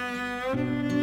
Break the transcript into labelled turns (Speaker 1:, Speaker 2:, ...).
Speaker 1: Bye.